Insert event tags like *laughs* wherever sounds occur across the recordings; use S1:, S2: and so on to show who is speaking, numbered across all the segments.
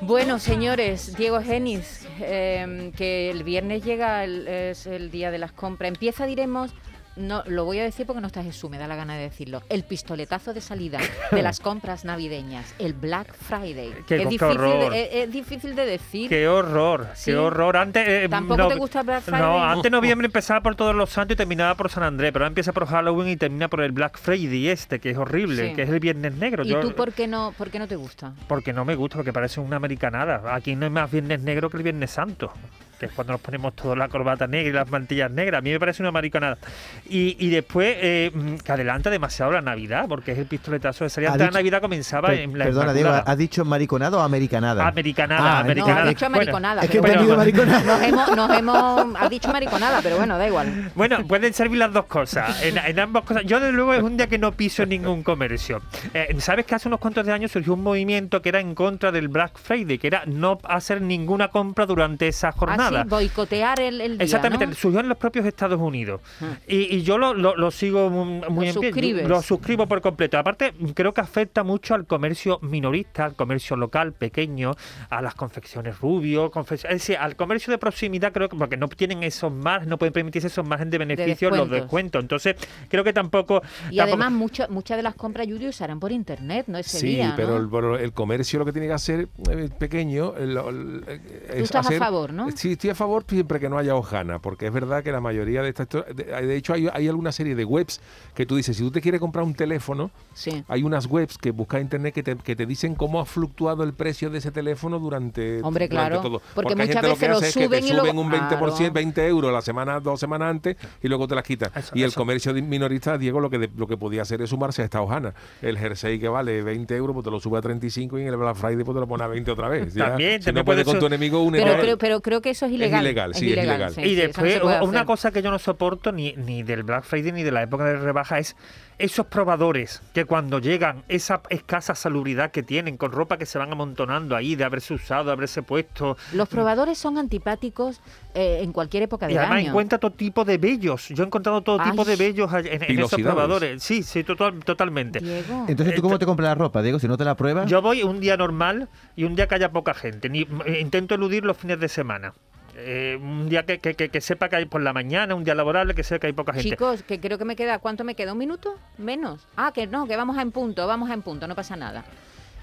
S1: Bueno, señores, Diego Genis, eh, que el viernes llega, el, es el día de las compras. Empieza, diremos, no, lo voy a decir porque no está Jesús, me da la gana de decirlo. El pistoletazo de salida de las compras navideñas, el Black Friday.
S2: Qué-
S1: es,
S2: qué
S1: difícil
S2: horror.
S1: de, es- es difícil de decir.
S2: Qué horror,
S1: Sí.
S2: qué horror. Antes, eh,
S1: ¿Tampoco
S2: no-
S1: te gusta Black Friday?
S2: No, antes
S3: *laughs*
S2: noviembre empezaba por todos los santos y terminaba por San Andrés, pero ahora empieza por Halloween y termina por el Black Friday este, que es horrible,
S1: Sí.
S2: que es el Viernes Negro.
S1: ¿Y
S2: Yo-
S1: tú por qué no, por qué no te gusta?
S2: Porque no me gusta, porque parece una americanada. Aquí no hay más Viernes Negro que el Viernes Santo, que es cuando nos ponemos toda la corbata negra y las mantillas negras. A mí me parece una americanada. Y, y después, eh, mm, que adelanta demasiado la Navidad, porque es el pistoletazo de salida.
S3: Ha
S2: Antes
S3: dicho-
S2: La Navidad comenzaba
S3: Per-
S2: en la
S3: perdona, Diego,
S2: inmaculada.
S3: ¿has dicho mariconado o americanada?
S2: Americanada,
S3: Ah,
S2: americanada.
S1: No, ha dicho
S2: Bueno,
S1: americonada.
S3: Es que he
S1: pero
S3: entendido
S1: bueno.
S2: *laughs*
S3: mariconada.
S1: Nos hemos, nos hemos, has dicho mariconada, pero bueno, da igual.
S2: Bueno, pueden servir las dos cosas. En, en ambas cosas. Yo, desde luego, es un día que no piso ningún comercio. Eh, Sabes que hace unos cuantos de años surgió un movimiento que era en contra del Black Friday, que era no hacer ninguna compra durante esa jornada.
S1: Así, boicotear el, el día,
S2: Exactamente,
S1: ¿no? Ah.
S2: surgió en los propios Estados Unidos. Y, y yo lo, lo- lo sigo muy muy en pie.
S1: suscribes.
S2: Lo suscribo por completo. Aparte, creo que afecta mucho al comercio minorista, al comercio local, pequeño, a las confecciones rubio, confec- es decir, al comercio de proximidad, creo que porque no tienen esos más, no pueden permitirse esos margen de beneficio, los
S1: descuentos.
S2: descuentos. Entonces, creo que tampoco.
S1: Y
S2: tampoco-
S1: además mucho- muchas de las compras, Julio, se harán por internet, ¿no? Ese
S4: Sí,
S1: día, ¿no?
S4: pero el, pero el comercio lo que tiene que hacer eh, pequeño el- el- eh, es
S1: estás a
S4: hacer-
S1: favor, ¿no?
S4: Sí, estoy a favor siempre que no haya hojana, porque es verdad que la mayoría de estas... histo- De, de hecho, hay, hay alguna serie de webs que tú dices, si tú te quieres comprar un teléfono,
S1: Sí.
S4: hay unas webs que buscas en internet que te, que te dicen cómo ha fluctuado el precio de ese teléfono durante,
S1: Hombre,
S4: durante
S1: claro,
S4: todo.
S1: porque
S4: hay
S1: muchas
S4: gente
S1: veces lo
S4: que hace es que
S1: suben
S4: te
S1: y luego-
S4: suben un 20%,
S1: Claro.
S4: 20 euros la semana, dos semanas antes y luego te las quitan.
S2: Eso,
S4: y el
S2: eso.
S4: comercio di- minorista, Diego, lo que, de- lo que podía hacer es sumarse a esta hojana. El jersey que vale 20 euros, pues te lo sube a 35 y en el Black Friday pues te lo pone a 20 otra vez. Ya,
S2: También,
S4: si
S2: también
S4: no puedes
S2: puede
S4: con tu
S2: ser-
S4: enemigo, un
S1: Pero, creo, pero creo que eso es ilegal.
S4: ilegal, sí, es ilegal.
S1: sí,
S2: y
S1: sí, eso no
S2: después,
S1: se puede
S2: u- una
S1: hacer.
S2: cosa que yo no soporto ni, ni del Black Friday ni de la época de rebaja es esos probadores que cuando llegan, esa escasa salubridad que tienen, con ropa que se van amontonando ahí, de haberse usado, de haberse puesto.
S1: Los probadores son antipáticos eh, en cualquier época
S2: Y
S1: del
S2: además
S1: año.
S2: encuentra todo tipo de vellos. Yo he encontrado todo tipo
S1: Ay.
S2: de vellos all- en, en esos
S4: Pilosidades.
S2: probadores. Sí, sí, total- totalmente.
S1: Diego.
S3: Entonces, ¿tú cómo te compras la ropa, Diego? Si no te la pruebas.
S2: Yo voy un día normal y un día que haya poca gente. Ni, m- intento eludir los fines de semana. Eh, un día que, que- que- que sepa que hay por la mañana, un día laborable que sepa que hay poca gente.
S1: Chicos, que creo que me queda, ¿cuánto me queda? ¿Un minuto? Menos. Ah, que no, que vamos a en punto, vamos a en punto, no pasa nada.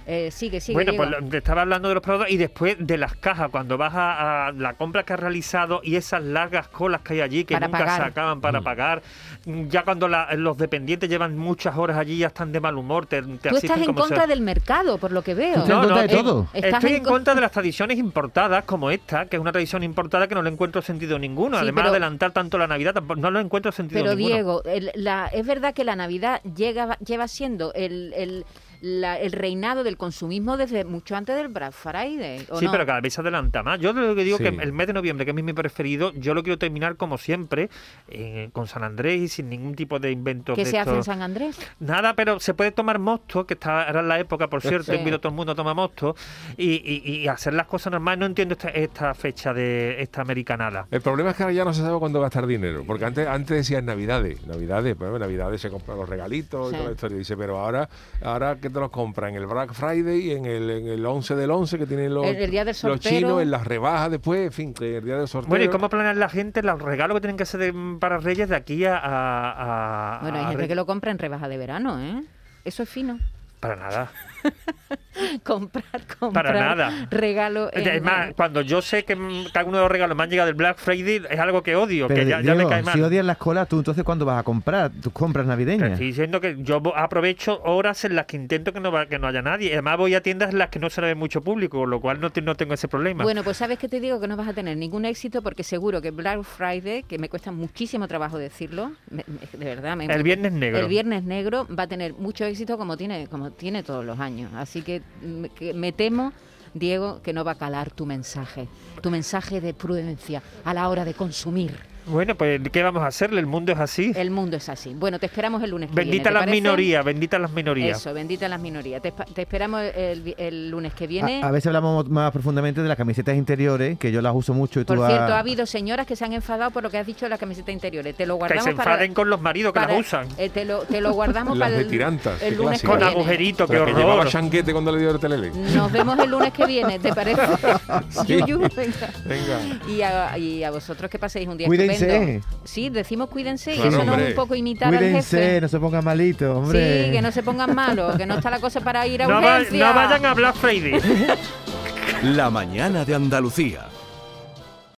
S1: Eh, sigue, sigue.
S2: Bueno,
S1: Diego.
S2: pues lo- te estaba hablando de los productos y después de las cajas, cuando vas a, a la compra que has realizado y esas largas colas que hay allí que
S1: Para
S2: nunca
S1: pagar.
S2: se acaban para pagar, Mm, ya cuando la- los dependientes llevan muchas horas allí ya están de mal humor, te, te
S1: Tú
S2: asisten
S1: estás en
S2: como
S1: contra
S2: sea.
S1: del mercado, por lo que veo.
S3: No, en contra de
S2: eh,
S3: todo.
S1: Estás
S2: Estoy
S1: en
S2: en contra de las tradiciones importadas como esta, que es una tradición importada que no le encuentro sentido ninguno.
S1: Sí,
S2: Además,
S1: pero-
S2: adelantar tanto la Navidad tampoco, no lo encuentro sentido
S1: Pero
S2: ninguno.
S1: Diego, el- la- es verdad que la Navidad llega, lleva siendo el, el- la- el reinado del consumismo desde mucho antes del Black Friday. ¿o
S2: Sí,
S1: no?
S2: pero cada vez se adelanta más. Yo lo que digo
S4: Sí.
S2: que el mes de noviembre, que es mi preferido, yo lo quiero terminar como siempre, eh, con San Andrés y sin ningún tipo de invento.
S1: ¿Qué
S2: de
S1: se hace en
S2: estos.
S1: San Andrés?
S2: Nada, pero se puede tomar mosto, que está, era la época, por cierto,
S1: Sí.
S2: invito a todo el mundo a tomar mosto, y, y- y hacer las cosas normales. No entiendo esta, esta fecha de esta americanada.
S4: El problema es que ahora ya no se sabe cuándo gastar dinero, porque antes, antes decían Navidades, Navidades, pues, bueno, Navidades se compran los regalitos
S1: Sí.
S4: y toda la historia, dice, pero ahora, ahora ¿qué te los compran? En el Black Friday y en el, en el 11 del 11 que tienen los,
S1: El- el día del
S4: los
S1: sortero.
S4: chinos, en las rebajas después, en fin, que el día del sorteo.
S2: Bueno, ¿y cómo planean la gente los regalos que tienen que hacer de- para Reyes de aquí a... a- a-
S1: Bueno, hay
S2: a
S1: gente
S2: Reyes?
S1: que lo compra en rebaja de verano, ¿eh? Eso es fino. *laughs*
S2: Para nada.
S1: comprar, comprar.
S2: nada.
S1: Regalo. en- eh,
S2: Es más, cuando yo sé que, mm, que alguno de los regalos me han llegado del Black Friday, es algo que odio,
S3: Pero,
S2: que ya, ya me
S3: Diego,
S2: cae mal.
S3: si odias las colas, tú entonces ¿cuándo vas a comprar tus compras
S2: Te
S3: navideñas?
S2: estoy diciendo que yo vo- aprovecho horas en las que intento que no, va- que no haya nadie. Además, voy a tiendas en las que no se le ve mucho público, con lo cual no, te- no tengo ese problema.
S1: Bueno, pues sabes que te digo que no vas a tener ningún éxito porque seguro que Black Friday, que me cuesta muchísimo trabajo decirlo, me- me- de verdad, me,
S2: el Viernes Negro.
S1: El Viernes Negro va a tener mucho éxito como tiene, como tiene todos los años. Así que mm, que me temo, Diego, que no va a calar tu mensaje. Tu mensaje de prudencia a la hora de consumir.
S2: Bueno, pues ¿qué vamos a hacerle? El mundo es así.
S1: El mundo es así. Bueno, te esperamos el lunes. que viene,
S2: Bendita
S1: ¿te
S2: las
S1: parece?
S2: minorías, bendita las minorías.
S1: Eso, bendita las minorías. Te, espa- te esperamos el, vi- el lunes que viene.
S3: A, a veces hablamos más profundamente de las camisetas interiores, que yo las uso mucho y tú
S1: por
S3: has-
S1: cierto, ha habido señoras que se han enfadado por lo que has dicho de la camiseta interior. Te lo
S2: que
S1: guardamos
S2: se
S1: para.
S2: enfaden con los maridos que
S1: para-
S2: las usan.
S1: eh, te, lo, te lo guardamos
S4: Las
S1: para
S4: de
S1: el,
S4: tirantas,
S1: el
S4: qué
S1: lunes que
S4: clásico.
S2: Con
S1: viene.
S2: agujerito, qué
S4: Pero que llevaba
S2: horror.
S4: chanquete cuando le dio el telele.
S1: Nos vemos el lunes que viene, ¿te parece? *laughs* Yuyu, venga.
S4: Venga.
S1: Y a, y a vosotros que paséis un día
S5: Cuídense.
S1: estupendo. Sí, decimos cuídense
S4: Claro,
S1: y eso no es
S4: hombre.
S1: un poco imitar al
S5: Cuídense,
S1: jefe.
S5: no se pongan malitos, hombre.
S1: Sí, que no se pongan malos, que no está la cosa para ir a
S2: No, va-
S1: urgencias.
S2: no vayan a hablar Friday.
S6: La mañana de Andalucía.